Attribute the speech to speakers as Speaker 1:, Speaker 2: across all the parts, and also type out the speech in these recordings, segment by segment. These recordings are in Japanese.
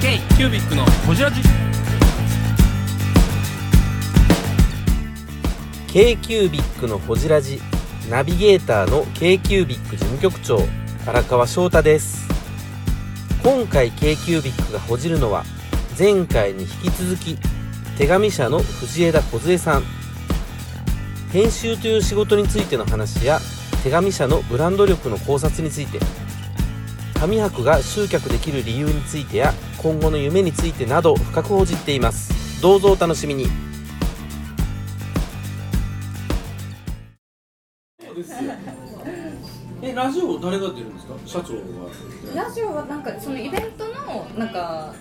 Speaker 1: キュービックのホジラジ
Speaker 2: k q u b i c のほじラジナビゲーターの k q u b i c 事務局長荒川翔太です今回 k q u b i c がほじるのは前回に引き続き手紙社の藤枝梢さん編集という仕事についての話や手紙社のブランド力の考察について紙博が集客できる理由についてや今後の夢についてなど深く報じっていますどうぞお楽しみに
Speaker 3: えラジオ誰が出るんですか社長が
Speaker 4: ラジオはなんかそのイベントのなんか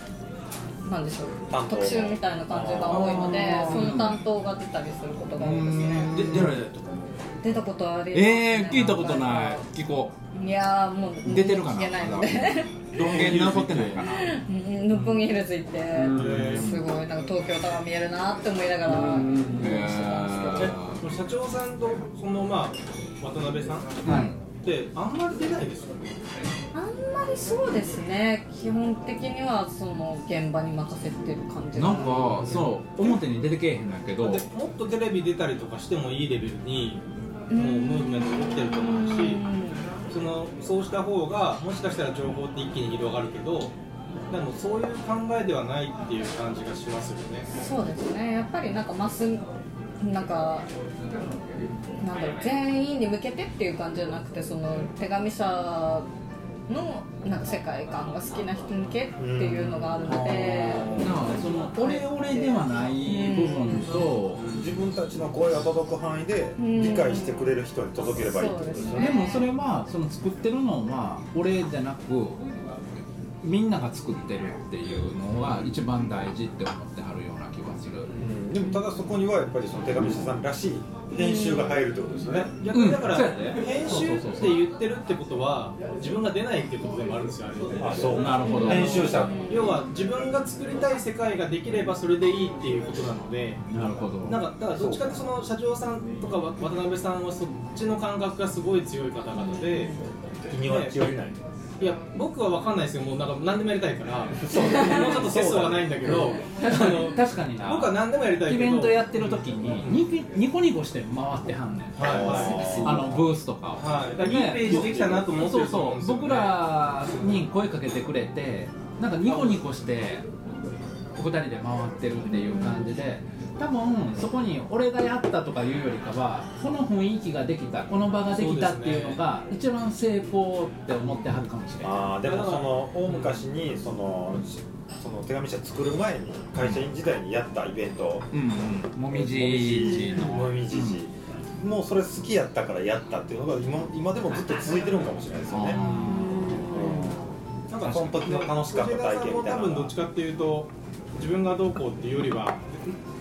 Speaker 4: なんでしょう
Speaker 3: 担当
Speaker 4: 特集みたいな感じが多いので
Speaker 3: あー
Speaker 4: その担当が出たりすることが多いですね
Speaker 3: で出られないとか
Speaker 4: 出たことありますね
Speaker 5: えー、聞いたことない聞こ
Speaker 4: いやーもう
Speaker 5: 出てるか
Speaker 4: 聞
Speaker 5: な
Speaker 4: けないので
Speaker 5: う音源残ってないかな
Speaker 4: うん 六本木ヒルズ行って
Speaker 5: ん
Speaker 4: すごいなんか東京タワー見えるなって思いながら
Speaker 5: え
Speaker 3: え社長さんとそのまあ渡辺さんっ
Speaker 5: ーはい
Speaker 3: てあんまり出ないですよね
Speaker 4: あんまりそうですね基本的にはその現場に任せてる感じ
Speaker 5: なんかそう表に出てけえへんだけど
Speaker 3: でもっとテレビ出たりとかしてもいいレベルに
Speaker 4: うん
Speaker 3: もうムーブメント起きてると思う
Speaker 4: う
Speaker 3: し
Speaker 4: ん
Speaker 3: そのそうした方がもしかしたら情報って一気に広がるけどでもそういう考えではないっていう感じがしますよね
Speaker 4: そうですね、やっぱりなんかマス、なんか、なんだろう、全員に向けてっていう感じじゃなくて、その手紙社のなんか世界観が好きな人向けっていうのがあるので、
Speaker 5: なあその俺俺ではない部分と、
Speaker 6: 自分たちの声が届く範囲で
Speaker 4: うん
Speaker 6: 理解してくれる人に届ければいいってことですよね。
Speaker 5: でもそれはその作ってるのは俺じゃなくみんなが作ってるっていうのが一番大事って思ってはるような気がする
Speaker 6: うんでもただそこにはやっぱりその手紙社さんらしい編集が入るってことですよね。
Speaker 3: 逆にだから
Speaker 5: そうやね
Speaker 3: 編集って言ってるってことは自分が出ないってことでもあるんですよあれ
Speaker 6: あ、そう。
Speaker 5: なるほど
Speaker 6: 編集者。
Speaker 3: 要は自分が作りたい世界ができればそれでいいっていうことなので
Speaker 5: なるほど
Speaker 3: なんかだからどっちかってその社長さんとかわ渡辺さんはそっちの感覚がすごい強い方々で
Speaker 6: 気には気負えない。
Speaker 3: いや僕は分かんないですよもうなんか何でもやりたいからもうちょっと節操がないんだけどあの
Speaker 5: 確かにな
Speaker 3: 僕は何でもやりたいけ
Speaker 5: イ
Speaker 3: ど
Speaker 5: ベントやってる時にニキニコニコして回ってはんねん、
Speaker 3: はいはい
Speaker 5: あのブースとかを、
Speaker 3: はいだからいいページできたなと思って
Speaker 5: そう
Speaker 3: ると思
Speaker 5: そ
Speaker 3: うん
Speaker 5: う
Speaker 3: ですよね
Speaker 5: 僕らに声かけてくれてなんかニコニコしてお二人で回ってるっていう感じで多分そこに俺がやったとかいうよりかはこの雰囲気ができたこの場ができたっていうのが一番成功って思ってはるかもしれない
Speaker 6: ああ、でもその大昔にそのしその手紙社作る前に会社員時代にやったイベント。
Speaker 5: うんうんもみじの
Speaker 6: もみじじ。もうそれ好きやったからやったっていうのが今今でもずっと続いてるのかもしれないですよね。
Speaker 3: なん
Speaker 6: その時の楽しかった体験みたいな
Speaker 3: 藤枝さんも多分どっちかっていうと自分がどうこうっていうよりは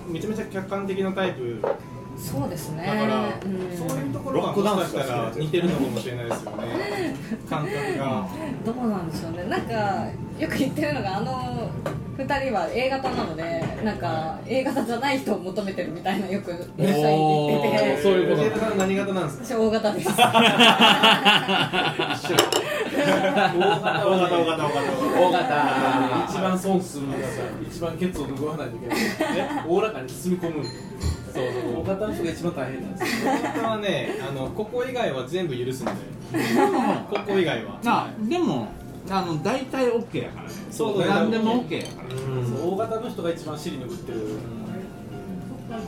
Speaker 3: めちゃめちゃ客観的なタイプ
Speaker 4: そうですね
Speaker 3: だから、、
Speaker 4: うん
Speaker 3: そういうところがもしかしたら似てるのかもしれないですよね感覚が。
Speaker 4: どうなんでしょうね、なんか、よく言ってるのが、あの2人は A 型なので、なんか、A 型じゃない人を求めてるみたいな、よく社員に言ってて。
Speaker 5: そういうこと
Speaker 3: 藤枝さん何型なんですか
Speaker 4: 私大型です。
Speaker 3: 大型
Speaker 5: 大型
Speaker 6: 大型大型大型。
Speaker 7: 一番損するのがさ、一番ケツを拭わないといけない。ね、おおらかに包み込む。そうそう、大型の人が一番大変なんですよ。
Speaker 3: 大型はねあのここ以外は全部許すのでここ以外は
Speaker 5: あでもあの大体 OK やからね
Speaker 3: そうだね
Speaker 5: 何でも OK やから
Speaker 7: そう大型の人が一番尻拭ってる。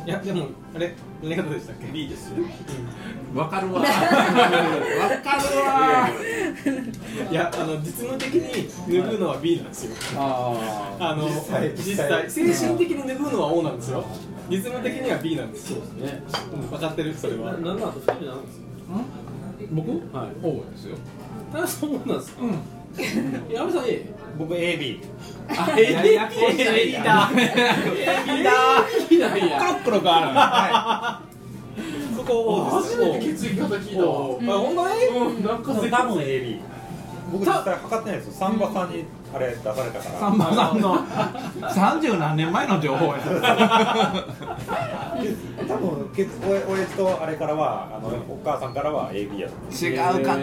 Speaker 3: いやでもあれ何型でしたっけ B ですよ
Speaker 5: わかるわわかるわ
Speaker 3: いやあの実務的に拭うのは B なんですよ
Speaker 7: あ
Speaker 3: あの実際精神的に拭うのは O なんですよ実務的には B なんですよ
Speaker 7: あ。ね。
Speaker 3: 分かってるそれ
Speaker 7: な
Speaker 3: は
Speaker 7: なんなんと二人なんですよ。
Speaker 5: 僕
Speaker 7: はい。
Speaker 5: 王ですよ
Speaker 7: あ、そうなんですか。うん。やめさん、え
Speaker 6: 僕 AB。
Speaker 5: あええやこしいだ
Speaker 7: え。聞いたいや。
Speaker 5: 黒があ
Speaker 3: そこ O です
Speaker 7: 初めて血液型聞いたわ。
Speaker 3: あ本当に
Speaker 7: うん、なんか
Speaker 6: 多分 AB。僕実際測ってないですよ。サンバさんにあれ出されたから。
Speaker 5: るんやさんの三十何年前の情報や
Speaker 6: 多分結構おやじとあれからはあのお母さんからは AB やと思
Speaker 5: 違うか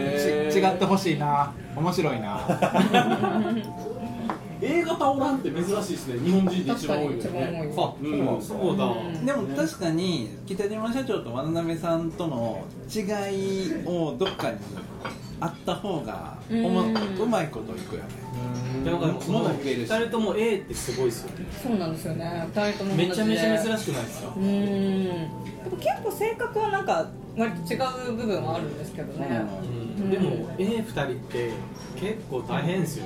Speaker 5: ち違ってほしいな面白いな
Speaker 7: A 型おらんって珍しいですね日本人で
Speaker 4: 確
Speaker 7: 一
Speaker 4: か
Speaker 7: 番多いよ
Speaker 4: に一番多
Speaker 7: ね
Speaker 4: い
Speaker 3: あ
Speaker 4: よ
Speaker 3: そうなんですか
Speaker 7: うん
Speaker 3: だ
Speaker 4: うん
Speaker 1: でも確かに北島社長と渡辺さんとの違いをどっかにあった方がおも
Speaker 4: うん
Speaker 1: うまいこといくよね
Speaker 3: いやなんかでもその
Speaker 5: もう増えるし
Speaker 3: 2人とも A ってすごいですよね
Speaker 4: そうなんですよね二人とも同じ
Speaker 3: め
Speaker 4: で
Speaker 3: ちゃめちゃ珍しくないですか
Speaker 4: うーんでも結構性格はなんか割と違う部分はあるんですけどね、ん
Speaker 3: でも A2 人って結構大変です よ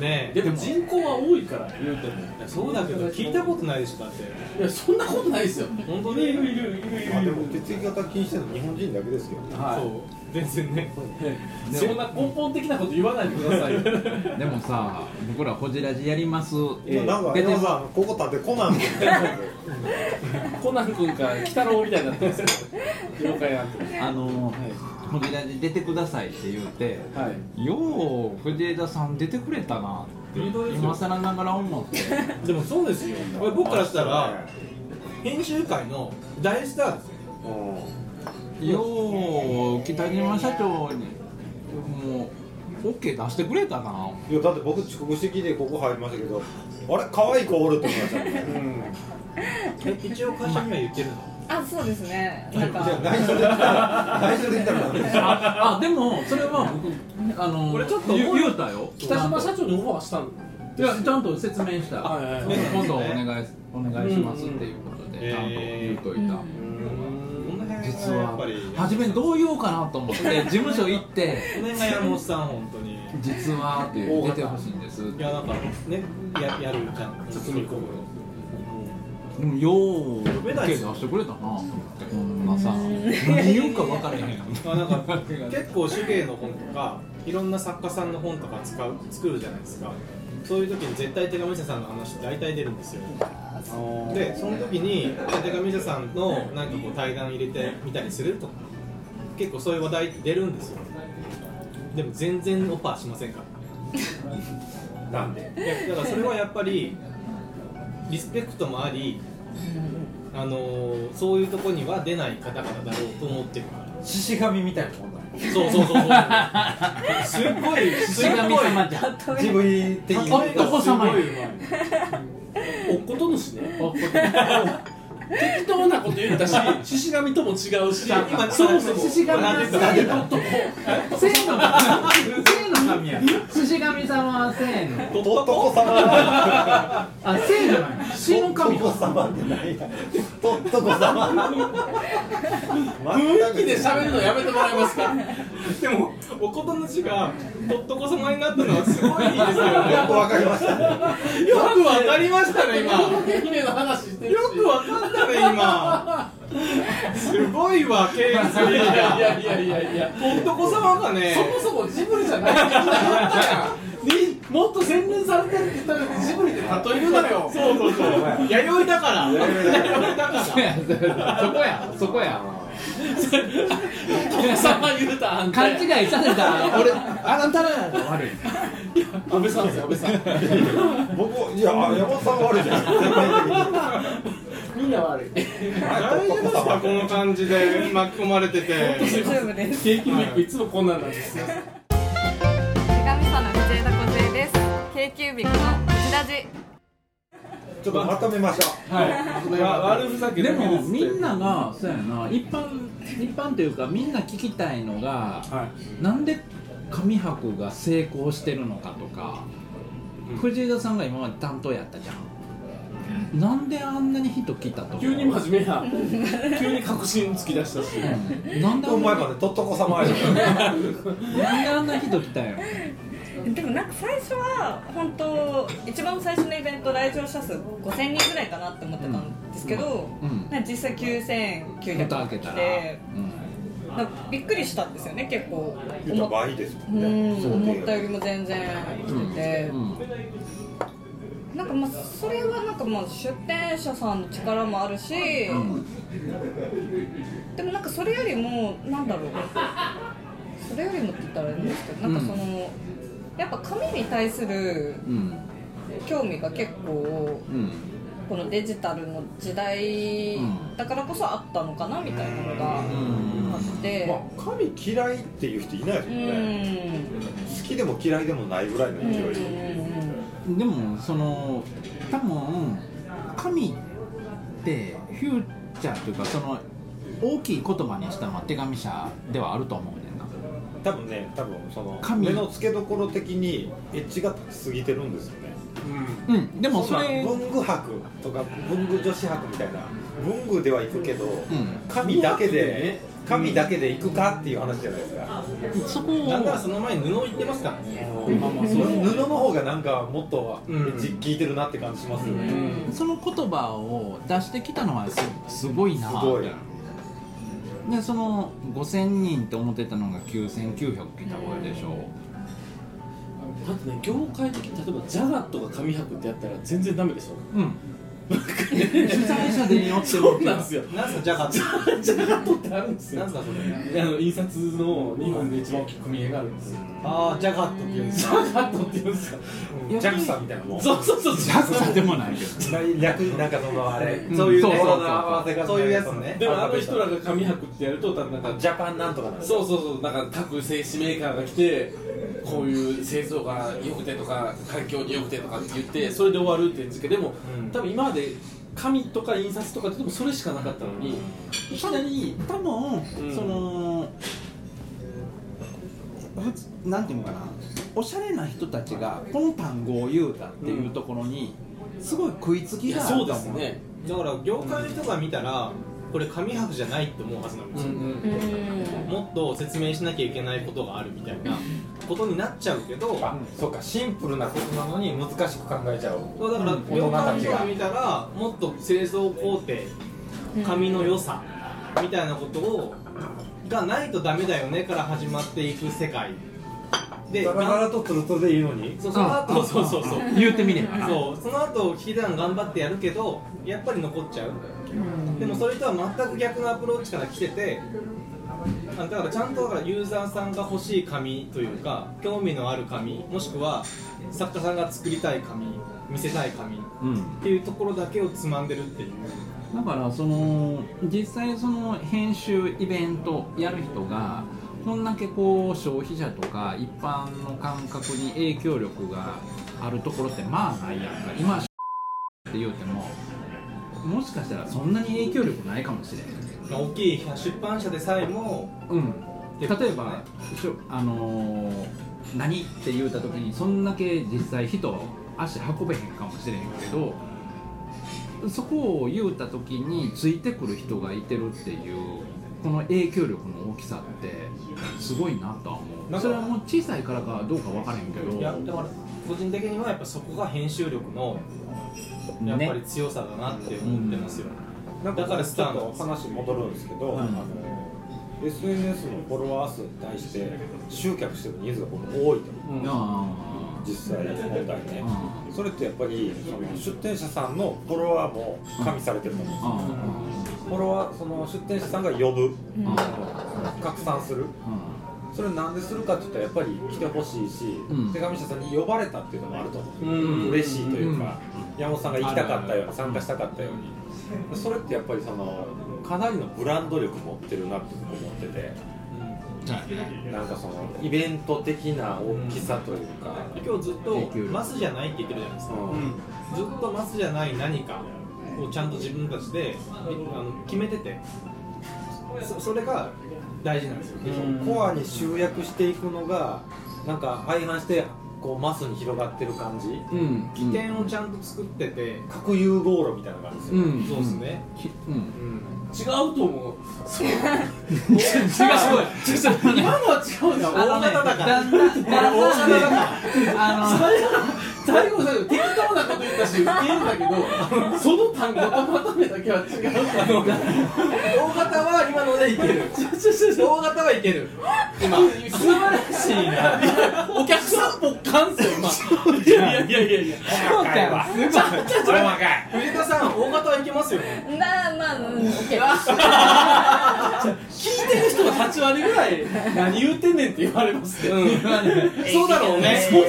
Speaker 3: ねえ
Speaker 7: でも人口は多いから言うても
Speaker 3: いやそうだけど聞いたことないでしょだって
Speaker 7: いやそんなことないですよ
Speaker 3: 本当にいるいるいる
Speaker 6: まあでも血液型気にしてるの日本人だけですよね
Speaker 3: そう全然ね
Speaker 7: そんな根本的なこと言わないでくださいよ
Speaker 5: でもさ僕らホジラジやります
Speaker 6: 今なんか
Speaker 5: 出て
Speaker 6: 山さんここ立ってコナン君みたいな
Speaker 7: コナン君か鬼太郎みたいになってますよ了解なんて
Speaker 5: あの
Speaker 7: は
Speaker 5: ホジラジ出てくださいって言って
Speaker 7: いはい
Speaker 5: よう藤枝さん出てくれたなって
Speaker 3: 本当ですよ
Speaker 5: 今更ながら思って
Speaker 3: でもそうですよこれ僕からしたら
Speaker 6: ね
Speaker 3: 編集会の大スターですよ
Speaker 5: よう北島社長にもう OK 出してくれたな
Speaker 6: うんいやだって僕遅刻してきてここ入りましたけどあれ可愛い子おると思いましたもんね
Speaker 3: え一応会社には言ってるの
Speaker 4: あそうですねなんか
Speaker 6: 内緒で来たら内緒で来たらダメです よ
Speaker 5: ああでもそれは僕あの
Speaker 7: 俺ちょっと
Speaker 5: 言
Speaker 7: 思い
Speaker 5: 言うたよ
Speaker 7: 北島社
Speaker 5: ち
Speaker 7: 長にオファーしたんだ
Speaker 5: ゃんといやちゃんと説明したよ
Speaker 7: はいはいはい
Speaker 5: 今度お願いお願いしますっていうことでちゃんと言うといた、
Speaker 4: うん
Speaker 3: この辺
Speaker 5: 実
Speaker 3: がやっぱり
Speaker 5: は初めどう言おうかなと思 って事務所行って
Speaker 3: この辺が山本さん本当に
Speaker 5: 「実は」っていう出てほしいんです
Speaker 3: いやなんかねややるじ ゃん包み込む
Speaker 5: でもよう OK 出してくれたなと思ってこんなさ何言うか分からへんやん
Speaker 3: まあなんか結構手芸の本とかいろんな作家さんの本とか使う作るじゃないですかそういう時に絶対手紙社さんの話大体出るんですよでその時に手紙社さんのなんかこう対談入れてみたりするとか結構そういう話題出るんですよでも全然オファーしませんから
Speaker 6: なんで
Speaker 3: いやだからそれはやっぱりリスペクトもあり、あのーそういうとこには出ない方々だろうと思ってるから
Speaker 1: 獅子神みたいなもんだ
Speaker 3: そうそうそうそうすっごいすっごい
Speaker 5: 神様じゃん
Speaker 1: ジブリ的
Speaker 5: あ男様や
Speaker 7: おっことぬしね適当なこと言ったし獅子神とも違うし
Speaker 3: 今
Speaker 7: そもそも
Speaker 5: 獅子神
Speaker 3: なん
Speaker 5: は
Speaker 3: で
Speaker 5: 生
Speaker 3: すか
Speaker 5: のと生の生の神や獅子神様は生の
Speaker 6: 男様
Speaker 5: あ生の死の神
Speaker 6: 男様ってないや男様
Speaker 7: 雰囲気で喋るのやめてもらえますか
Speaker 3: でもおことの字がとっとこ様になったのはすごいいいです
Speaker 6: よく
Speaker 3: よ
Speaker 6: わかりましたね
Speaker 3: ねよくわかりました ね今よ
Speaker 7: 姫の話してるし
Speaker 3: くわかったね今すごいわケイス
Speaker 7: いやい
Speaker 3: が
Speaker 7: やいやいやいや
Speaker 3: とっとこ様がね
Speaker 7: そもそもジブリじゃないって言ったやんにもっと洗練されてるって言ったのにジブリで例えるなよ
Speaker 3: そうそうそう弥生だから弥生だから
Speaker 5: そやそこやそこ や
Speaker 7: 徳様言うたあんた
Speaker 5: 勘
Speaker 7: や
Speaker 5: 違いさせた俺あなたらが悪い
Speaker 7: 安倍さんですよ安倍さ
Speaker 6: 僕いや山本さん悪いじゃん全体的
Speaker 7: ん
Speaker 6: に
Speaker 7: みんな悪い
Speaker 3: 大丈夫ですかこの感じで巻き込まれてて
Speaker 4: YouTube です
Speaker 7: 景気ウィークいつもこんなんなんですよ
Speaker 4: 手紙さんの藤枝小杖です KQBIC のこちらじ
Speaker 6: ちょっとまとめましょう
Speaker 7: はい悪ふざけ
Speaker 5: で
Speaker 7: だけ
Speaker 5: も
Speaker 7: す
Speaker 5: みんながそうやな一般一般というかみんな聞きたいのが、
Speaker 7: は
Speaker 5: なんで紙博が成功してるのかとか、藤枝さんが今まで担当やったじゃん、なんであんなに人来たと思う
Speaker 7: 急に真面目や急に確信つき出したし
Speaker 5: うんなんであ
Speaker 6: お
Speaker 5: んな
Speaker 6: 前までとっとこさまやで
Speaker 5: なんであんな人来たよ
Speaker 4: でもなんか最初は本当一番最初のイベント来場者数5000人ぐらいかなって思ってたんですけど、
Speaker 5: うん
Speaker 4: なんか実際9900
Speaker 5: 蓋開け
Speaker 4: 人
Speaker 5: た
Speaker 4: 来
Speaker 5: ら、
Speaker 4: て
Speaker 5: う
Speaker 4: なんかびっくりしたんですよね結構
Speaker 6: 言うたら倍ですも
Speaker 4: うん
Speaker 6: ね
Speaker 4: ん思ったよりも全然来てて、
Speaker 5: ん
Speaker 4: なんかまあそれはなんかまあ出店者さんの力もあるし、でもなんかそれよりもなんだろうそれよりもって言ったらあれですけどなんかその、やっぱ紙に対する
Speaker 5: うん
Speaker 4: 興味が結構
Speaker 5: うん
Speaker 4: このデジタルの時代
Speaker 5: うん
Speaker 4: だからこそあったのかなみたいなのがあって
Speaker 6: まあ神嫌いっていう人いないです
Speaker 4: う
Speaker 6: も
Speaker 4: ん
Speaker 6: んね好きでも嫌いでもないぐらいの
Speaker 4: うんうん
Speaker 6: 勢い
Speaker 4: うん
Speaker 5: でもその多分神ってフューチャーというかその大きい言葉にしたのは手紙者ではあると思うねんな
Speaker 6: 多分ね多分その
Speaker 5: 神
Speaker 6: 目の付けどころ的にエッジが立ち過ぎてるんですよね
Speaker 5: うんでもそれ
Speaker 6: 文具博とか文具女子博みたいな文具では行くけど、
Speaker 5: う
Speaker 6: 神だけで神だけで行くかっていう話じゃないですか、
Speaker 5: んそこ
Speaker 3: なんなら
Speaker 5: を
Speaker 3: その前に布行ってますからね
Speaker 6: まあまあその布の方がなんかもっとエッジ効いてるなって感じしますよね、
Speaker 5: その言葉を出してきたのはすすごいな
Speaker 6: すごい
Speaker 5: でその5000人って思ってたのが9900来たわけでしょ
Speaker 7: だってね業界的に例えばジャガットが紙白ってやったら全然ダメでしょ
Speaker 5: うん主催者でによっては
Speaker 7: そうなんですよ
Speaker 3: なんすかジャガット
Speaker 7: ジャガットってあるんです
Speaker 3: な
Speaker 7: よ
Speaker 3: んすかそれ
Speaker 7: あの印刷の日本で一番大きく組合があるんですよ
Speaker 3: ああジャガットって言うんです
Speaker 7: ジ
Speaker 3: よ
Speaker 7: ャガットって言うんですか
Speaker 6: ジャクサみたいなもん
Speaker 7: そうそうそう
Speaker 5: ジャズさんでもないけど
Speaker 6: 略なんかそのあれ、
Speaker 5: うん
Speaker 6: そういう
Speaker 5: そう
Speaker 6: ね
Speaker 5: そうそう
Speaker 6: 語呂の合わせが
Speaker 3: そういうやつね
Speaker 7: でもあの人らが紙白ってやるとただなんか
Speaker 6: ジャパンなんとかなんです
Speaker 7: そうそうそうなんか各製紙メーカーが来てこういう製造が良くてとか環境に良くてとか って言ってそれで終わるって言うんですけどでも、
Speaker 6: うん
Speaker 7: 多分今まで紙とか印刷とかってでもそれしかなかったのに、
Speaker 5: いきなり多分、
Speaker 7: うん
Speaker 5: そのふつなんていうのかなおしゃれな人たちがこの単語を言うたっていうところにすごい食いつ
Speaker 7: い
Speaker 5: き
Speaker 7: や
Speaker 5: がある
Speaker 7: そう
Speaker 5: と
Speaker 7: で
Speaker 5: 思
Speaker 7: す
Speaker 5: う
Speaker 7: ね
Speaker 3: だから業界の人が見たらこれ紙白じゃないって思うはずなんですよ、
Speaker 4: うんん
Speaker 3: もっと説明しなきゃいけないことがあるみたいなことになっちゃうけど
Speaker 6: あそうかシンプルなことなのに難しく考えちゃう
Speaker 3: そうだから
Speaker 6: うん
Speaker 3: 業界の人が見たらもっと製造工程紙の良さみたいなことをがないとダメだよねから始まっていく世界で
Speaker 6: ガラガラとツルツルでいいのに
Speaker 3: そうその後そうそうそう
Speaker 5: 言うてみればな
Speaker 3: そうその後飛弾頑張ってやるけどやっぱり残っちゃうでもそれとは全く逆のアプローチから来ててあだからちゃんとだからユーザーさんが欲しい紙というか興味のある紙もしくは作家さんが作りたい紙見せたい紙っ
Speaker 5: うん
Speaker 3: ていうところだけをつまんでるっていう
Speaker 5: だからその実際その編集イベントやる人がこんだけこう消費者とか一般の感覚に影響力があるところってまあないやんか今って言うてももしかしたらそんなに影響力ないかもしれん
Speaker 3: まあ大きい出版社でさえも
Speaker 5: うん、例えば、しょあのー何って言うた時にそんだけ実際人足運べへんかもしれんけどそこを言うた時についてくる人がいてるっていうこの影響力の大きさってすごいなとは思
Speaker 3: な
Speaker 5: うん
Speaker 3: か
Speaker 5: それはもう小さいからかどうか分からへんけど
Speaker 3: いやだから個人的にはやっぱそこが編集力のやっぱり強さだなって思ってますよ、
Speaker 6: なんか
Speaker 3: だからスタン
Speaker 6: ち
Speaker 3: ド
Speaker 6: ょっと話戻るんですけど、
Speaker 5: うん
Speaker 6: あの SNS のフォロワー数に対して集客してる人数が僕多いと
Speaker 5: あ
Speaker 6: 実際問題ね
Speaker 5: ーあ
Speaker 6: それってやっぱりその出店者さんのフォロワーも加味されてると思うんですよ
Speaker 5: あ
Speaker 6: フォロワーその出店者さんが呼ぶ
Speaker 4: うん
Speaker 5: あ
Speaker 6: 拡散するそれなんでするかって言ったらやっぱり来てほしいし、
Speaker 5: うん
Speaker 6: 手紙者さんに呼ばれたっていうのもあると思う、
Speaker 7: うん
Speaker 6: 嬉しいというか、山本さんが行きたかったように参加したかったように、それってやっぱりそのかなりのブランド力持ってるなって僕思っててなんかそのイベント的な大きさというか、
Speaker 3: 今日ずっとマスじゃないって言ってるじゃないですか、
Speaker 6: うん
Speaker 3: ずっとマスじゃない何かをちゃんと自分たちであの決めててそそれが大事なんですよ、
Speaker 6: コアに集約していくのがなんか相反してこうマスに広がってる感じ
Speaker 5: うんうん
Speaker 3: 起点をちゃんと作ってて、
Speaker 6: 核融合炉みたいな感じです
Speaker 5: う
Speaker 6: よ、
Speaker 5: ん
Speaker 3: そうですね、
Speaker 5: きうん
Speaker 7: 違うと思うそう違う違う違う今のは違うんだ
Speaker 5: あのねだんだんだんだんあの
Speaker 7: 最後最後適当なこと言ったし受けるんだけどその単語とまとめだけは違う
Speaker 3: 大型は今のでいける大型はいける
Speaker 7: 今素晴らしいなお客さんも感性今いやいやいやいや
Speaker 5: そうかよすごい
Speaker 3: 藤田さん大型はいけますよね
Speaker 4: まあまあうん OK
Speaker 7: 聞いてる人が8割ぐらい何言うてんねんって言われますね、
Speaker 3: そうだろうね、そ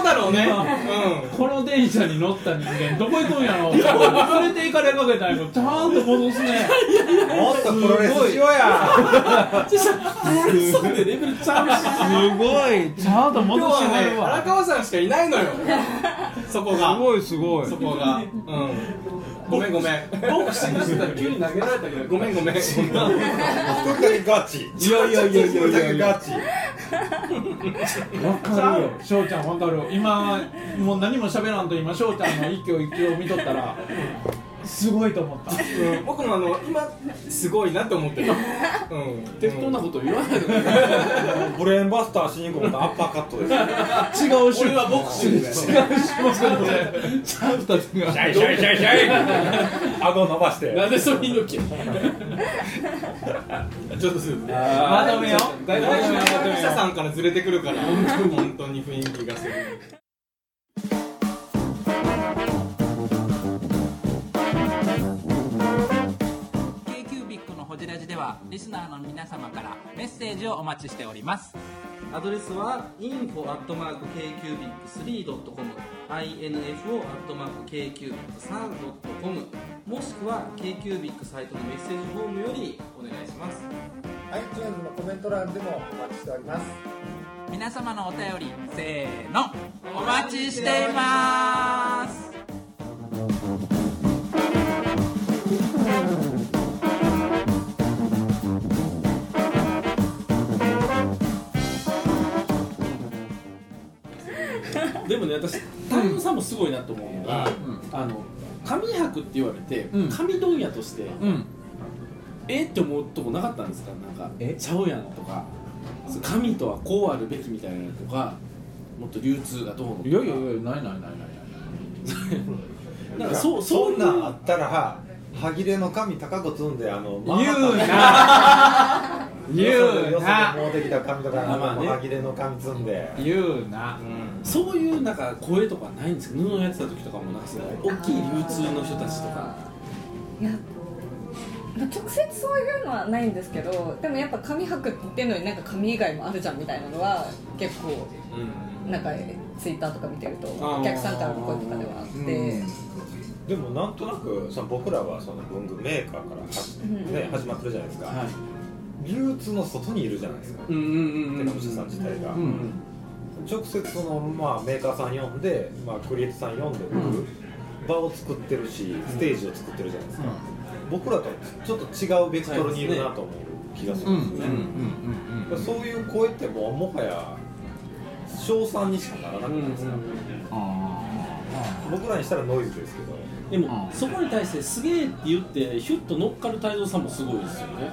Speaker 3: うだろうね、うん
Speaker 5: この電電車に乗った人間どこ行くんやろう連れて行かれかけたんやけどちゃんと戻すね
Speaker 6: もっとプロレスしようや
Speaker 7: そうでレベルちゃうし
Speaker 1: すごい
Speaker 5: ちゃんと
Speaker 3: 今
Speaker 5: 戻し
Speaker 3: 日は
Speaker 5: ては
Speaker 3: ね
Speaker 5: るわ
Speaker 3: 荒川さんしかいないのよそこが
Speaker 1: ごいすご
Speaker 3: そこがうんごめんごめん
Speaker 7: ボクシングしてたら急に投げられたけど
Speaker 3: ごめんごめん
Speaker 6: 一人だけガチ
Speaker 1: いやいやいやいや
Speaker 6: 一人
Speaker 1: い
Speaker 6: だ
Speaker 1: や
Speaker 6: け
Speaker 1: いや
Speaker 6: ガチ
Speaker 5: かるよ翔ちゃんわかる今もう何も喋らんと今翔ちゃんの一挙一挙を見とったらすごいと思った
Speaker 3: うん僕もあの今すごいなって思ってるうん
Speaker 7: 適当なこと言わないで
Speaker 6: ブレーンバスターしに行くことアッパーカットです
Speaker 5: 違う
Speaker 7: 俺はボクシングや
Speaker 5: 違う種目でちゃんと違う
Speaker 6: シャイシャイシャイシャイ顎伸ばして
Speaker 7: なぜそれ猪木
Speaker 3: ちょっとする
Speaker 5: まとめよう
Speaker 3: 大体の記者さんからずれてくるから本当に雰囲気がする
Speaker 8: アドレスは info.kcubic3.com info.kcubic3.com もしくは KQBIC サイトのメッセージフォームよりお願いします
Speaker 9: iTunes のコメント欄でもお待ちしております
Speaker 10: 皆様のお便りせーのお待ちしています
Speaker 7: でもね私丹野さんもすごいなと思うのが、あの紙博って言われて、
Speaker 5: うん
Speaker 7: 紙問屋として、
Speaker 5: うん
Speaker 7: えって思うとこなかったんですかなんか
Speaker 5: え
Speaker 7: ちゃうやんとかそう紙とはこうあるべきみたいなのとかもっと流通がどうのとか
Speaker 5: いやいやいやないないないないない
Speaker 7: なんかそうそ
Speaker 6: そ
Speaker 7: うんな
Speaker 6: なんあったら歯切れの神高く積んであの
Speaker 5: 言うな言う
Speaker 6: よそで
Speaker 5: な
Speaker 6: もうできた神とか
Speaker 7: まあね
Speaker 6: 歯切れの神積んで
Speaker 5: 言うな
Speaker 7: そういうなんか声とかないんですか布やってた時とかもなんかその大きい流通の人たちとか
Speaker 4: いやまあ直接そういうのはないんですけどでもやっぱ紙吐くって言ってるのになんか紙以外もあるじゃんみたいなのは結構なんかツイッターとか見てるとお客さんからの声とかではあって
Speaker 6: でもなんとなくその僕らはその文具メーカーから始,、ね、始まってるじゃないですか、流通の外にいるじゃないですか、
Speaker 7: うんうんうんう
Speaker 6: 手
Speaker 7: ん
Speaker 6: 紙社さん自体が、
Speaker 7: うん
Speaker 6: 直接その、まあ、メーカーさん読んで、まあ、クリエイターさん読んで売る場を作ってるしステージを作ってるじゃないですか、僕らとちょっと違うベクトルにいるなと思う気がするんですよね、だからそういう声ってもうもはや賞賛にしかならなくないですか、僕らにしたらノイズですけど
Speaker 7: でもそこに対してすげえって言ってヒュッと乗っかる太蔵さんもすごいですよね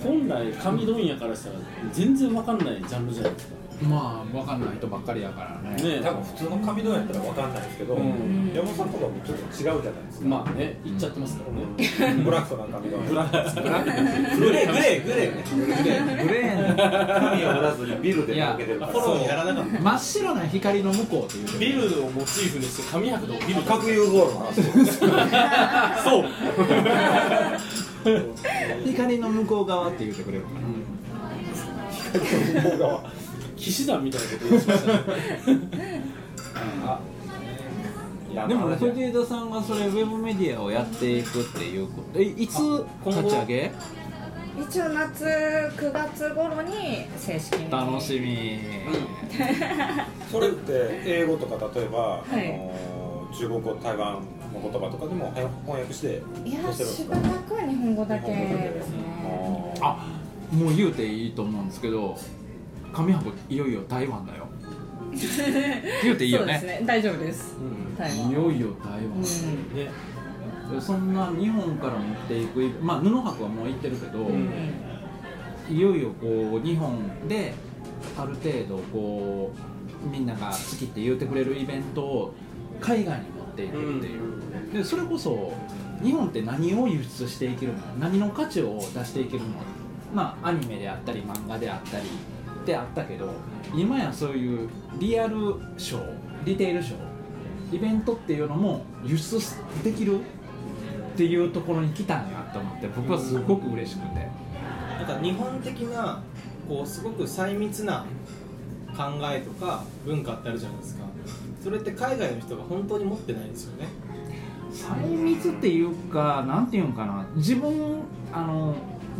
Speaker 7: 本来紙問屋からしたら全然わかんないジャンルじゃないですか
Speaker 5: まあ分かんない人ばっかりやからね
Speaker 7: ね
Speaker 6: 多分普通の紙のやったら分かんないですけど、
Speaker 7: うん
Speaker 6: 山本さんとかもちょっと違うじゃないですか、
Speaker 7: まあね言っちゃってますからね
Speaker 6: うんブラックな紙の
Speaker 7: グレーグレー
Speaker 6: グレーねグレー紙を売らずにビルで儲けてるから
Speaker 3: フォローにならなかっ
Speaker 5: 真っ白な光の向こうという
Speaker 7: ビルをモチーフにして紙博のビルとか
Speaker 6: 核融合の話とか
Speaker 7: そう
Speaker 5: 光の向こう側って言ってくれるかな
Speaker 6: 向こう側
Speaker 7: 騎士団みたいなこと言ってましたね
Speaker 1: でも藤枝さんがそれウェブメディアをやっていくっていうことえいつ立ち上げ
Speaker 4: 一応夏9月頃に正式に
Speaker 1: 楽しみ
Speaker 6: それって英語とか例えば、
Speaker 4: い
Speaker 6: あのー中国語台湾の言葉とかでも翻訳して
Speaker 4: いや
Speaker 6: 載せるんです
Speaker 4: し
Speaker 6: か
Speaker 4: ばらくは日本語だけですね
Speaker 6: あ
Speaker 5: もう言うていいと思うんですけど紙箱いよいよ台湾 だよ言うていい
Speaker 4: そ
Speaker 5: よ
Speaker 4: うです
Speaker 5: ね
Speaker 4: ね大丈夫です台
Speaker 5: い
Speaker 4: 湾
Speaker 5: よいよ台
Speaker 4: うん
Speaker 5: 湾、そんな日本から持っていくまあ布博はもう行ってるけど、いよいよこう日本である程度こうみんなが好きって言ってくれるイベントを海外に持っていくっていう、でそれこそ日本って何を輸出していけるの何の価値を出していけるのまあアニメであったり漫画であったりってあったけど今やそういうリアルショーリテールショーイベントっていうのも輸出できるっていうところに来たんやと思って僕はすごく嬉しくて。
Speaker 3: たなんか日本的なこうすごく細密な考えとか文化ってあるじゃないですかそれって海外の人が本当に持ってないんですよね
Speaker 5: 細密っていうかなんていうんかな自分あの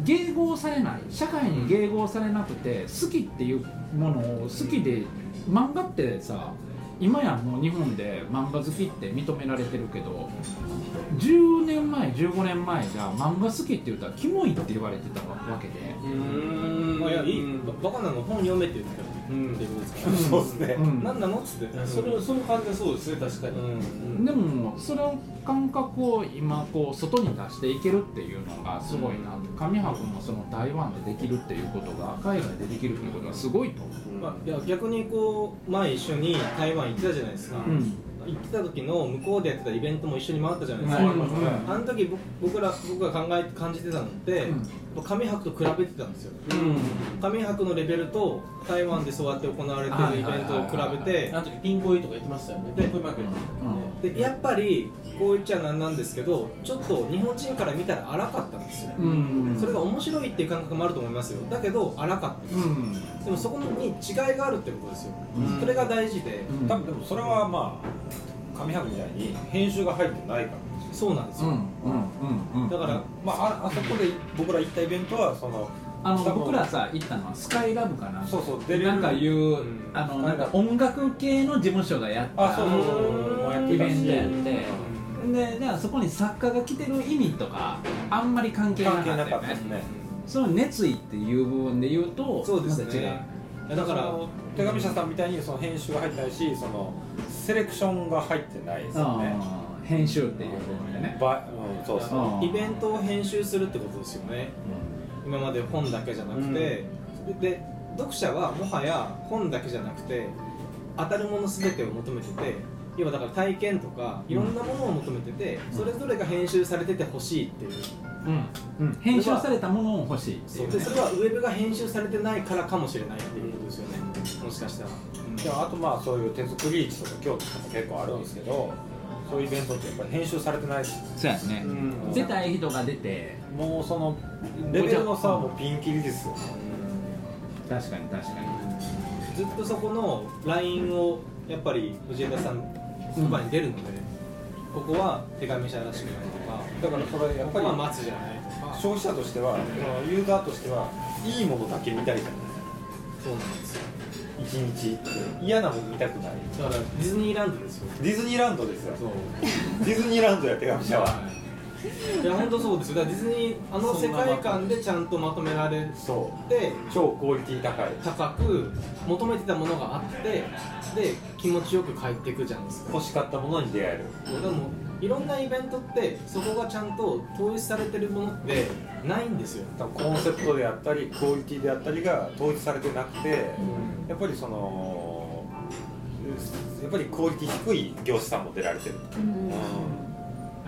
Speaker 5: 迎合されない社会に迎合されなくて好きっていうものを好きで漫画ってさ今やもう日本で漫画好きって認められてるけど10年前15年前じゃ漫画好きって言ったらキモいって言われてたわけで
Speaker 3: うんいやいいバカなの本読めって言ってたうんってことですから、
Speaker 6: そうですね、
Speaker 5: うん
Speaker 3: 何なのっつって、それをその感じはそうですね確かに、うん
Speaker 5: でもその感覚を今こう外に出していけるっていうのがすごいなって紙箱もその台湾でできるっていうことが海外でできるっていうことがすごいと思う、
Speaker 3: まあ、いや逆にこう前一緒に台湾行ってたじゃないですか、
Speaker 5: うん
Speaker 3: 行ってた時の向こうでやってたイベントも一緒に回ったじゃないですか、
Speaker 5: うんうん
Speaker 3: あの時僕僕ら僕が考え感じてたのって、
Speaker 5: うん
Speaker 3: 紙博と比べてたんですよ紙博のレベルと台湾でそうやって行われてるイベントを比べて
Speaker 7: あの時ピンコイとか言ってましたよねピンコイマーケット
Speaker 3: でやっぱりこう言っちゃなんなんですけどちょっと日本人から見たら荒かったんですよ、
Speaker 5: うん
Speaker 3: それが面白いっていう感覚もあると思いますよだけど荒かった
Speaker 5: うん
Speaker 3: でもそこに違いがあるってことですよ、それが大事で、
Speaker 5: うん
Speaker 6: 多分でもそれはまあ紙白みたいに編集が入ってないからですよ
Speaker 3: そうなんです
Speaker 5: うん
Speaker 3: よ、
Speaker 5: うんうん
Speaker 3: だから、
Speaker 6: まあああそこで僕ら行ったイベントはその
Speaker 5: あ
Speaker 6: 多
Speaker 5: の
Speaker 6: 分
Speaker 5: 僕らさ行ったのはスカイラブかな
Speaker 6: そうそう出れる
Speaker 5: なんかいう、
Speaker 3: ん
Speaker 5: あのなんか音楽系の事務所がやった
Speaker 6: あそうそうそうもやって
Speaker 5: イ
Speaker 6: た
Speaker 5: ベン
Speaker 6: し
Speaker 5: トやってでじゃあそこに作家が来てる意味とかあんまり関係なか
Speaker 6: 関
Speaker 5: っ
Speaker 6: 係
Speaker 5: た
Speaker 6: なか
Speaker 5: よ
Speaker 6: ったです
Speaker 5: ね
Speaker 6: ね
Speaker 5: その熱意っていう部分で言うと
Speaker 3: そうです
Speaker 5: また違
Speaker 3: ねいやだ
Speaker 6: だ
Speaker 3: か
Speaker 6: から
Speaker 3: ら
Speaker 6: 手紙社さんみたいにその編集が入ってないしそのセレクションが入ってないですよね
Speaker 5: あー編集っていう部分でね
Speaker 6: ばうんそうですね
Speaker 5: あー
Speaker 3: イベントを編集するってことですよね今まで本だけじゃなくて、でで読者はもはや本だけじゃなくて当たるもの全てを求めてて要はだから体験とかいろんなものを求めてて、それぞれが編集されててほしいっていう、
Speaker 5: うんうん編集されたものを欲しいっていうね
Speaker 3: でそれはウェブが編集されてないからかもしれないっていうことですよねもしかしたら、
Speaker 6: でもあとまあそういう手作り市とか京都とか結構あるんですけどそういうイベントってやっぱり編集されてないし
Speaker 5: そうやね
Speaker 6: うん
Speaker 5: 出たい人が出て
Speaker 6: もうそのレベルの差はもうピンキリですよ
Speaker 5: 確かに確かに
Speaker 3: ずっとそこのラインをやっぱり藤枝さんそばに出るので、ここは手紙社らしくないとか
Speaker 6: だからそれやっ
Speaker 3: ここ
Speaker 6: ぱり
Speaker 3: は松じゃないとか
Speaker 6: 消費者としてはそのユーザーとしてはいいものだけ見たいじゃな
Speaker 3: そうなんですよ
Speaker 6: い一日って嫌なもの見たくない
Speaker 3: だからディズニーランドですよ
Speaker 6: ディズニーランドですよ
Speaker 3: そう
Speaker 6: ディズニーランドや手紙社はい
Speaker 3: や本当そうですよだからディズニーあの世界観でちゃんとまとめられ
Speaker 6: そ
Speaker 3: て
Speaker 6: う超クオリティ高い
Speaker 3: 高く求めてたものがあってで気持ちよく帰っていくじゃないですか
Speaker 6: 欲しかったものに出会える
Speaker 3: でもいろんなイベントってそこがちゃんと統一されてるものってないんですよ
Speaker 6: 多分コンセプトであったりクオリティであったりが統一されてなくてやっぱりそのやっぱりクオリティ低い業者さんも出られてる、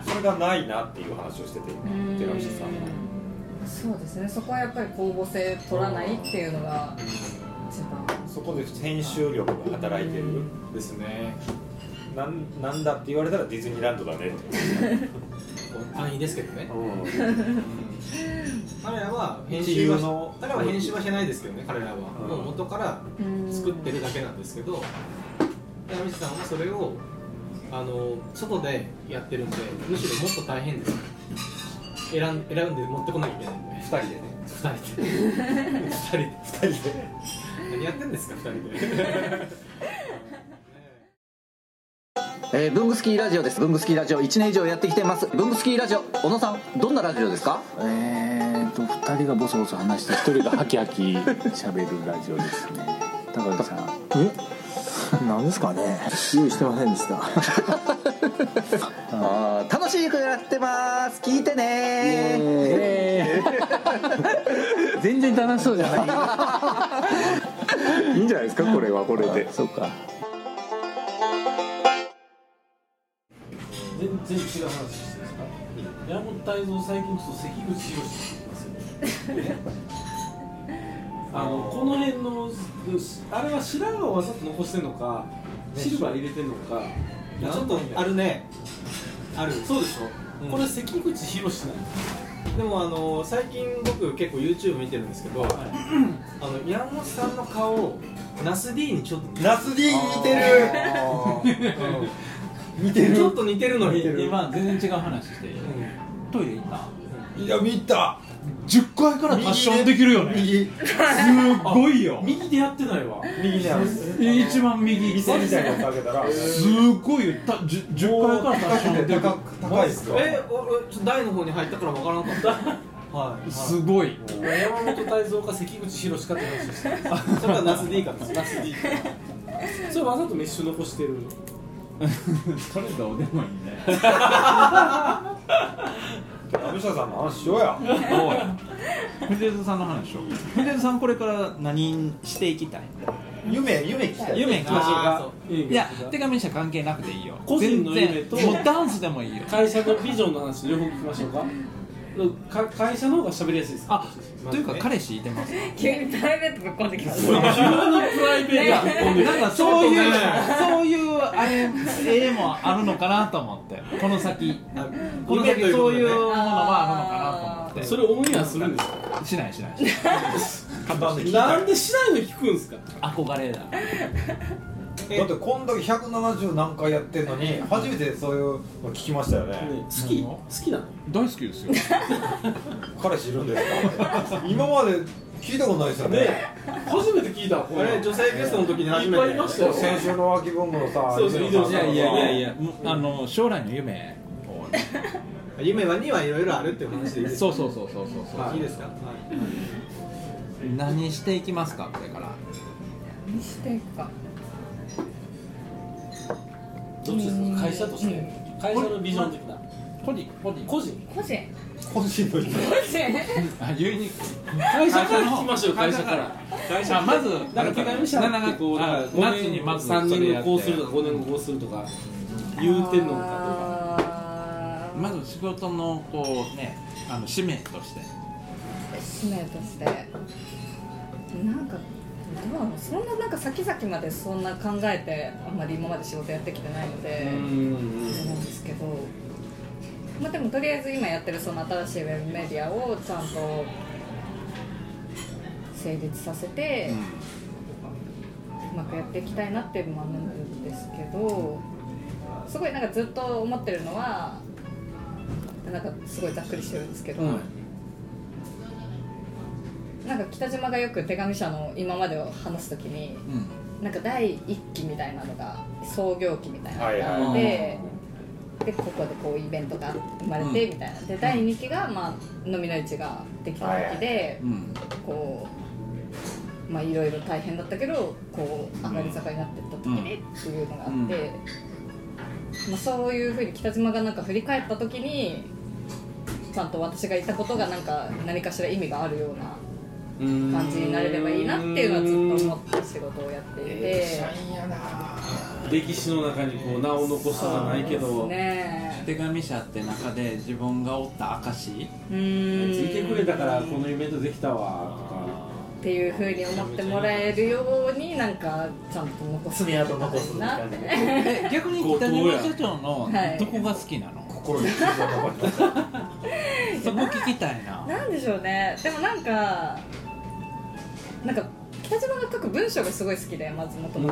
Speaker 6: それがないなっていう話をしてて
Speaker 4: ん
Speaker 6: 寺内さんは
Speaker 4: そうですねそこはやっぱり公募性取らないっていうのが一番
Speaker 6: そこで編集力が働いてる、
Speaker 3: ですね
Speaker 6: なんなんだって言われたらディズニーランドだねって、
Speaker 3: 安易ですけどね
Speaker 6: うん、
Speaker 3: 彼らは編
Speaker 6: 一
Speaker 3: 集
Speaker 6: 流
Speaker 3: は
Speaker 6: の
Speaker 3: 彼らは編集はしてないですけどね彼らは、
Speaker 6: うん
Speaker 3: もう元から作ってるだけなんですけど山道さんはそれをあの外でやってるんでむしろもっと大変ですよ選ん選んで持ってこなきゃいけないんで
Speaker 6: 2人でね
Speaker 3: 2人で2人で
Speaker 6: 2人で
Speaker 3: 何やってんですか2人で
Speaker 10: えー、ブングスキーラジオですブングスキーラジオ1年以上やってきてますブングスキーラジオ小野さんどんなラジオですかえーと2人がボソボソ話して1人がハキハキ喋るラジオですね高橋さん
Speaker 9: えなんですかね用意してませんでした
Speaker 10: あー楽しい曲やってます聞いてね
Speaker 5: 全然楽しそうじゃない
Speaker 9: いいんじゃないですかこれはこれで
Speaker 5: そうか
Speaker 7: 全然違う話してるんですか山本泰造最近ちょっと関口宏ってますよねあのこの辺のあれは白髪をわざと残してんのかシルバー入れてんのか
Speaker 3: ちょっとあるねある
Speaker 7: そうでしょ、
Speaker 3: うん
Speaker 7: これ関口宏なんです
Speaker 3: でもあの最近僕結構 YouTube 見てるんですけど、あの山本さんの顔ナス D にちょっと
Speaker 6: ナス D に似てる
Speaker 3: 似てるちょっと似てるのに
Speaker 11: 今全然違う話していいトイレ行った
Speaker 6: いや見た
Speaker 11: 10回から
Speaker 6: 達成でき
Speaker 11: るよね
Speaker 6: 右
Speaker 11: すごいよ
Speaker 7: 右でやってないわ
Speaker 6: 右である
Speaker 11: 一番右
Speaker 6: 店みたいなのをかけたら
Speaker 11: すごいよた 10, 10回から達成できる
Speaker 6: 高く高いですか
Speaker 3: えおおちょっと台の方に入ったからわからなかったはい、
Speaker 11: すごい
Speaker 7: 山本泰造か関口宏かって話をしてる
Speaker 3: それはナス D かです
Speaker 7: ナス D それわざとメッシュ残してる
Speaker 11: 彼がおでもいいね
Speaker 6: ラブシャさんの話しようや
Speaker 5: おい藤枝さんの話しよう藤枝さんこれから何していきたい
Speaker 6: 夢夢聞きたい
Speaker 5: 夢か
Speaker 7: あ
Speaker 5: いや手紙者関係なくていいよ
Speaker 7: 個人の夢と
Speaker 5: 全然もうダンスでもいいよ
Speaker 7: 会社のビジョンの話両方聞きましょうかか会社の方が喋りやすいです
Speaker 5: あというか彼氏いてます
Speaker 4: 急にプライベートぶっこんできまし
Speaker 7: 急にプライベートに突っ込んで
Speaker 5: なんかそういうそういうあれ絵もあるのかなと思ってこの先この先そういうものはあるのかなと思って
Speaker 7: それオンエアするんですか
Speaker 5: しないしないしない
Speaker 7: なんで市内の聞くんですか
Speaker 5: 憧れだ
Speaker 6: だってこんだけ170何回やってんのに初めてそういうの聞きましたよね
Speaker 7: ね好き好きなの
Speaker 5: 大好きですよ
Speaker 6: 彼氏いるんですか今まで聞いたことないですよね
Speaker 7: ね初めて聞いたわこ
Speaker 3: あれ女性ゲストの時に初めて
Speaker 7: いっぱいいましたよ
Speaker 6: 先週の秋文具のさ
Speaker 7: そうそう
Speaker 6: 水野さん
Speaker 5: いや
Speaker 6: のさ
Speaker 5: いやいやいやもうあの将来の夢をね
Speaker 3: 夢はにはいろいろあるっていう話でいいです
Speaker 5: そうそうそうそうそう
Speaker 3: か
Speaker 5: そ
Speaker 3: いいですか、はいう
Speaker 5: 何していきますかこれから
Speaker 4: 何していくか
Speaker 7: どっちですか会社として会社のビジョン的な
Speaker 5: 個人個人
Speaker 7: 個人
Speaker 4: 個人
Speaker 6: 個人の人
Speaker 4: 個人
Speaker 5: あ言いにくい
Speaker 7: 会社から聞きましょう会社から
Speaker 5: 会社まず
Speaker 7: なんか手紙者ってこうなんか
Speaker 5: 夏に
Speaker 7: 5
Speaker 5: ま
Speaker 7: 年
Speaker 5: ず
Speaker 7: 3
Speaker 5: それ
Speaker 7: 年
Speaker 5: や
Speaker 7: 後こう
Speaker 5: って
Speaker 7: するとか5年後こうするとか言うてんのか
Speaker 4: あー
Speaker 5: まず仕事のこうねあの使命として
Speaker 4: 使命としてなんかどうなのそんななんか先々までそんな考えてあんまり今まで仕事やってきてないの
Speaker 7: と
Speaker 4: で
Speaker 7: かうん
Speaker 4: あれなんですけど、まあ、でもとりあえず今やってるその新しいウェブメディアをちゃんと成立させて、うまくやっていきたいなっていうのもあるんですけどすごいなんかずっと思ってるのはなんかすごいざっくりしてるんですけど。なんか北島がよく手紙社の今までを話すときに
Speaker 5: うん
Speaker 4: なんか第一期みたいなのが創業期みたいなのがあっ
Speaker 7: はいは
Speaker 4: て、
Speaker 7: い
Speaker 4: でここでこうイベントが生まれてみたいな、で第二期が、まあ、飲みの市ができた時で、
Speaker 5: うん
Speaker 4: こうまあいろいろ大変だったけどこう上がり坂になってった時にっていうのがあって、
Speaker 5: うん
Speaker 4: まあ、そういうふうに北島がなんか振り返った時にちゃんと私がいたことがなんか何かしら意味があるような。感じになれればいいなっていうのはずっと思って仕事をやっていて、
Speaker 7: 歴史の中にこう名を残すじゃないけ
Speaker 4: そう
Speaker 7: ど
Speaker 4: ね
Speaker 5: 手紙者って中で自分がおった証
Speaker 4: う
Speaker 7: あ
Speaker 4: ーん
Speaker 7: いついてくれたからこのイベントできたわとか
Speaker 4: っていうふうに思ってもらえるようになんかちゃんと残す
Speaker 12: 爪痕残すみたいな感じで
Speaker 5: え逆に北島社長の
Speaker 4: はい
Speaker 5: どこが好きなの、
Speaker 6: 心に傷を残した
Speaker 5: そこ聞きたいな
Speaker 4: なんでしょうねでもなんかなんか北島が書く文章がすごい好きでまずもとも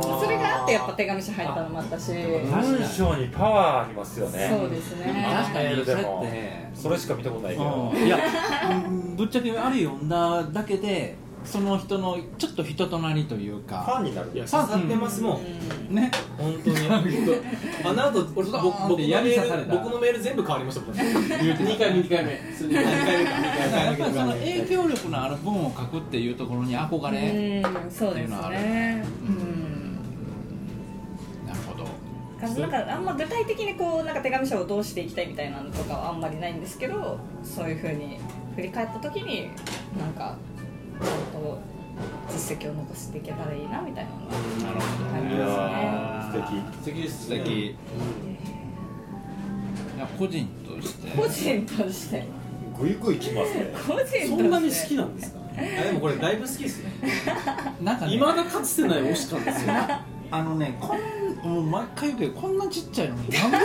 Speaker 4: とそれがあってやっぱ手紙書入ったのもあったし
Speaker 6: 文章にパワーありますよね
Speaker 4: そうですね
Speaker 5: 確かにそれ
Speaker 6: で
Speaker 5: っ
Speaker 6: も
Speaker 5: て
Speaker 6: それしか見たことないけど
Speaker 5: うんいやうんぶっちゃけあれ読んだだけでその人のちょっと人となりという
Speaker 6: ファ
Speaker 5: か
Speaker 6: ンになる
Speaker 3: いや刺さってますもん、
Speaker 5: ね
Speaker 3: 本当にあの後俺
Speaker 5: ド
Speaker 3: 僕
Speaker 5: ーンっ
Speaker 3: 僕
Speaker 5: て
Speaker 3: のメ
Speaker 5: 闇刺され
Speaker 3: ー
Speaker 5: た
Speaker 3: ル僕のメール全部変わりましたもんね
Speaker 7: 2回目2回目それ2回目か2回
Speaker 5: やっぱりその影響力のある本を書くっていうところに憧
Speaker 4: う
Speaker 5: れ、
Speaker 4: んそうですねうん
Speaker 5: なるほど
Speaker 4: なんかあんま具体的にこうなんか手紙書をどうしていきたいみたいなのとかはあんまりないんですけどそういうふうに振り返った時になんかちゃんと実績を残していけたらいいなみたいなのは
Speaker 5: なる
Speaker 4: ありま
Speaker 5: ほ
Speaker 6: いやー素
Speaker 7: 素
Speaker 6: 敵
Speaker 7: 敵です
Speaker 5: 素敵、いや個人として
Speaker 4: すね個人として
Speaker 6: グイグイきますね
Speaker 4: 個人として
Speaker 7: そんなに好きなんですか
Speaker 3: あでもこれだいぶ好きですね
Speaker 5: なんかね
Speaker 7: いまだかつてない推し感ですよ
Speaker 5: あのねこんもう毎回言うけどこんなちっちゃいのになんで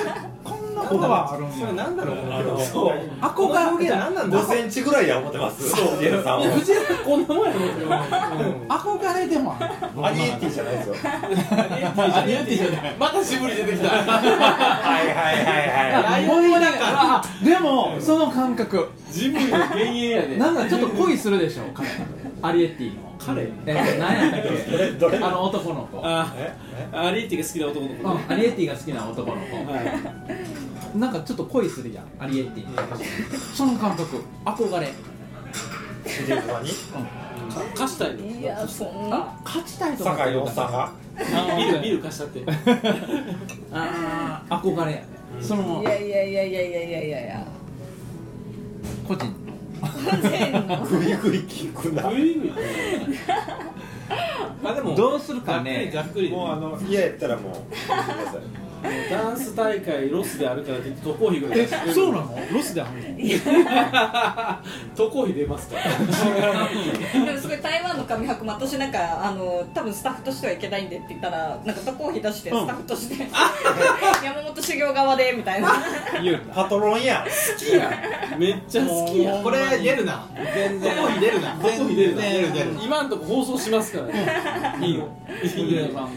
Speaker 5: こんなことはあるんや
Speaker 3: それなんだろう
Speaker 6: あのそう
Speaker 5: あこが
Speaker 3: 表現何なんだ
Speaker 6: 5センチぐらいや思ってますそうゲルさんは
Speaker 7: 藤原こんなもんやろって思う
Speaker 5: 憧れでもある
Speaker 6: アニエティじゃないですよ
Speaker 5: アニエティじゃない
Speaker 13: またしぶり出てきた
Speaker 6: はいはいはいはい
Speaker 5: もうなんかでもその感覚
Speaker 7: ジブリの幻影やで
Speaker 5: なんかちょっと恋するでしょ彼アリエッティの
Speaker 7: 彼
Speaker 5: え何やったっけあの男の子
Speaker 7: あアリエッティが好きな男の子
Speaker 5: うんアリエッティが好きな男の子
Speaker 7: はい
Speaker 5: なんかちょっと恋するじゃんアリエッティにその感覚憧れ
Speaker 6: ゲルさんに
Speaker 7: か貸したいの
Speaker 4: いやそんな
Speaker 5: 勝ちたいとか
Speaker 6: 酒井おっさんが
Speaker 7: ビルビル貸したって
Speaker 5: あー憧れやねその
Speaker 4: いやいやいやいやいやいやいやいや
Speaker 5: 個人
Speaker 6: グイグイ聞くな
Speaker 7: グイグイ
Speaker 3: あでも
Speaker 5: どうするかね
Speaker 3: ざっくり
Speaker 6: もうあの家やったらもう
Speaker 7: ダンス大会ロスであるからって言って渡航費ぐらい
Speaker 5: え
Speaker 7: 出して
Speaker 5: そうなのロスであるの
Speaker 7: 渡航費出ますから
Speaker 4: でもすごい台湾の紙白も私なんかあの多分スタッフとしてはいけないんでって言ったらなんか渡航費出してスタッフとして、 山本修行側でみたいな
Speaker 6: パトロンや
Speaker 7: めっちゃ好きや
Speaker 3: これ出るな全然コーヒー出るな
Speaker 7: 渡航費出るな
Speaker 3: 出る出る
Speaker 7: 今んとこ放送しますからね いいよ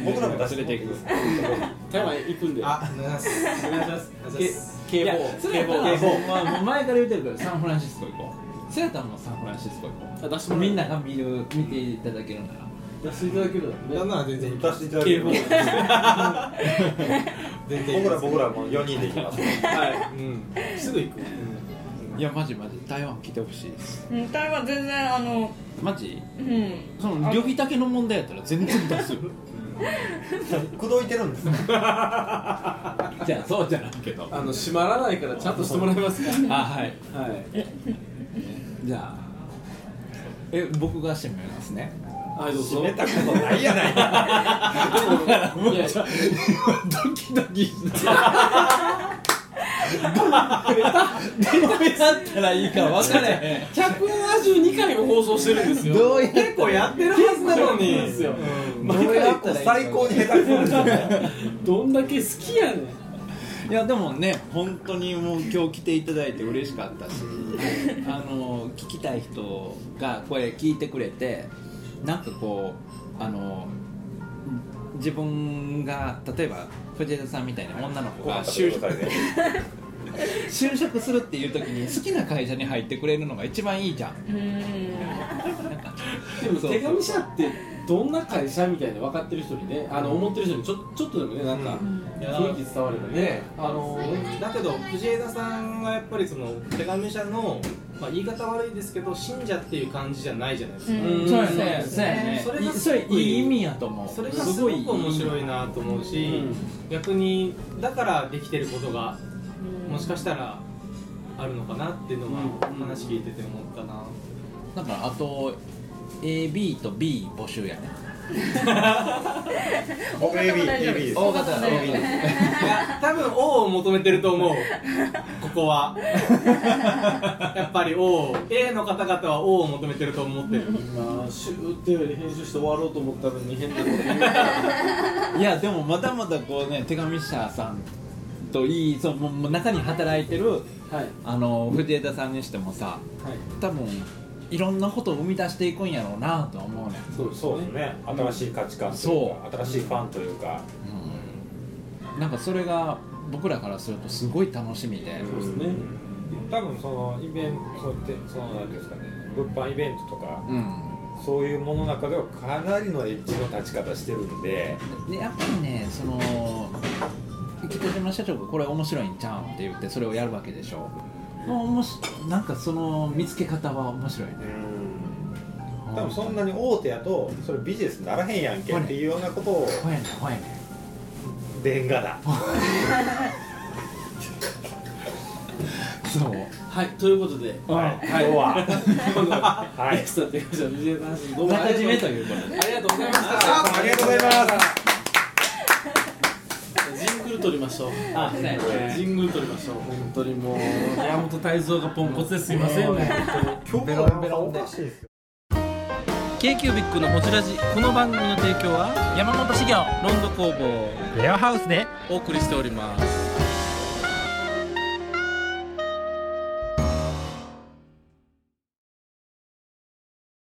Speaker 6: 僕らも出してていく
Speaker 7: 台湾行くんで
Speaker 3: あお願いしますお願いしますお願いします
Speaker 5: いや
Speaker 7: K4
Speaker 5: それやったら
Speaker 7: K4
Speaker 5: ほんまもう前から言ってるからサンフランシスコ行こうそれやったらもうサンフランシスコ行こ
Speaker 7: あ出して
Speaker 5: う
Speaker 7: も
Speaker 5: みんなが見る見ていただけるなら
Speaker 7: 出していただけるだ ろうね
Speaker 3: なんなら全然いい
Speaker 6: 出していただける
Speaker 7: K4
Speaker 3: 全然いい
Speaker 6: 僕ら僕らも4人で行きます
Speaker 7: は
Speaker 3: うんすぐ行く
Speaker 5: いやマジマジ台湾来てほしいです
Speaker 4: うん台湾全然あの
Speaker 5: マジ
Speaker 4: うん
Speaker 5: その旅費だけの問題やったら全然出すよ
Speaker 6: 口説いてるんですよ
Speaker 5: じゃあそうじゃないけど
Speaker 7: いあの閉まらないからちゃんとしてもらいます か
Speaker 5: あはい
Speaker 7: らはい
Speaker 5: じゃあえ僕が締めますね
Speaker 7: はいどう
Speaker 6: 閉
Speaker 7: ぞ
Speaker 6: めたことないやないか
Speaker 5: いや今ドキドキした どどうやったらいいか分からへん
Speaker 7: 172回も放送してるんですよ
Speaker 5: どうや
Speaker 3: 結構やってるはずな
Speaker 7: そ
Speaker 3: のに
Speaker 7: うですよ
Speaker 5: どうやったらいいか
Speaker 6: 最高に下手くそですよね
Speaker 7: どんだけ好きやねん
Speaker 5: いやでもね本当にもう今日来ていただいて嬉しかったしあの聞きたい人がこれ聞いてくれてなんかこうあの自分が例えば藤枝さんみたいな女の子が就職 就職するっていう時に好きな会社に入ってくれるのが一番いいじゃん
Speaker 4: うん
Speaker 7: でも手紙社ってどんな会社みたいな分かってる人にねあの思ってる人にちょちょっとでもねなんか雰囲気伝わればねあの
Speaker 3: だけど藤枝さんはやっぱりその手紙社の、まあ、言い方悪いですけど信者っていう感じじゃないじゃないですか、
Speaker 4: うん
Speaker 5: そうやねそうやね
Speaker 3: それが
Speaker 5: それいい意味やと思う
Speaker 3: それがすごく面白いなと思うし、逆にだからできてることがもしかしたらあるのかなっていうのは
Speaker 7: うん
Speaker 3: 話聞いてて思ったな、
Speaker 5: だからあと AB と B 募集やね
Speaker 6: 僕 AB AB です
Speaker 5: 大型は AB です
Speaker 3: いや多分王を求めてると思うここ はやっぱり王を A の方々は王を求めてると思ってる
Speaker 7: まあシューってより編集して終わろうと思ったのに変なこと言うから
Speaker 5: いやでもまだまだこうね手紙社さんといいそのもうもう中に働いてる
Speaker 7: はい
Speaker 5: あの藤枝さんにしてもさ
Speaker 7: はい
Speaker 5: 多分いろんなことを生み出していくんやろうなとは思うね、
Speaker 7: そうです
Speaker 6: そうですね新しい価値観というか新しいファンというか
Speaker 5: うん、なんかそれが僕らからするとすごい楽しみで、
Speaker 7: そうですね
Speaker 6: 多分そのイベントそうやってその何ていうんですかね物販イベントとか
Speaker 5: うん
Speaker 6: そういうものの中ではかなりのエッジの立ち方してるんで
Speaker 5: でやっぱりねその北島社長がこれ面白いんちゃうんって言ってそれをやるわけでしょもう面白なんかその見つけ方は面白いね
Speaker 6: 多分そんなに大手やとそれビジネスにならへんやんけっていうようなことを
Speaker 5: ほやねほやね
Speaker 6: でんがな
Speaker 5: そう
Speaker 7: はいということで
Speaker 5: はい
Speaker 6: 今日は
Speaker 7: 今度は
Speaker 6: はい
Speaker 7: エクストラ手紙社の藤枝さんどうもあ
Speaker 5: 中
Speaker 7: り
Speaker 5: 締
Speaker 7: が
Speaker 5: め
Speaker 7: と
Speaker 5: と
Speaker 7: う
Speaker 5: いうことで
Speaker 7: ありがとうございまし
Speaker 6: ありがとうございます
Speaker 7: たジングル取りましょう
Speaker 5: あそうやね
Speaker 7: ジングル取りましょう本当にもう山本泰造がポンコツですいません本当に
Speaker 6: 今日はおかしいですよ
Speaker 14: k q b i c のホジラジこの番組の提供は山本資源ロンド工房レアハウスでお送りしております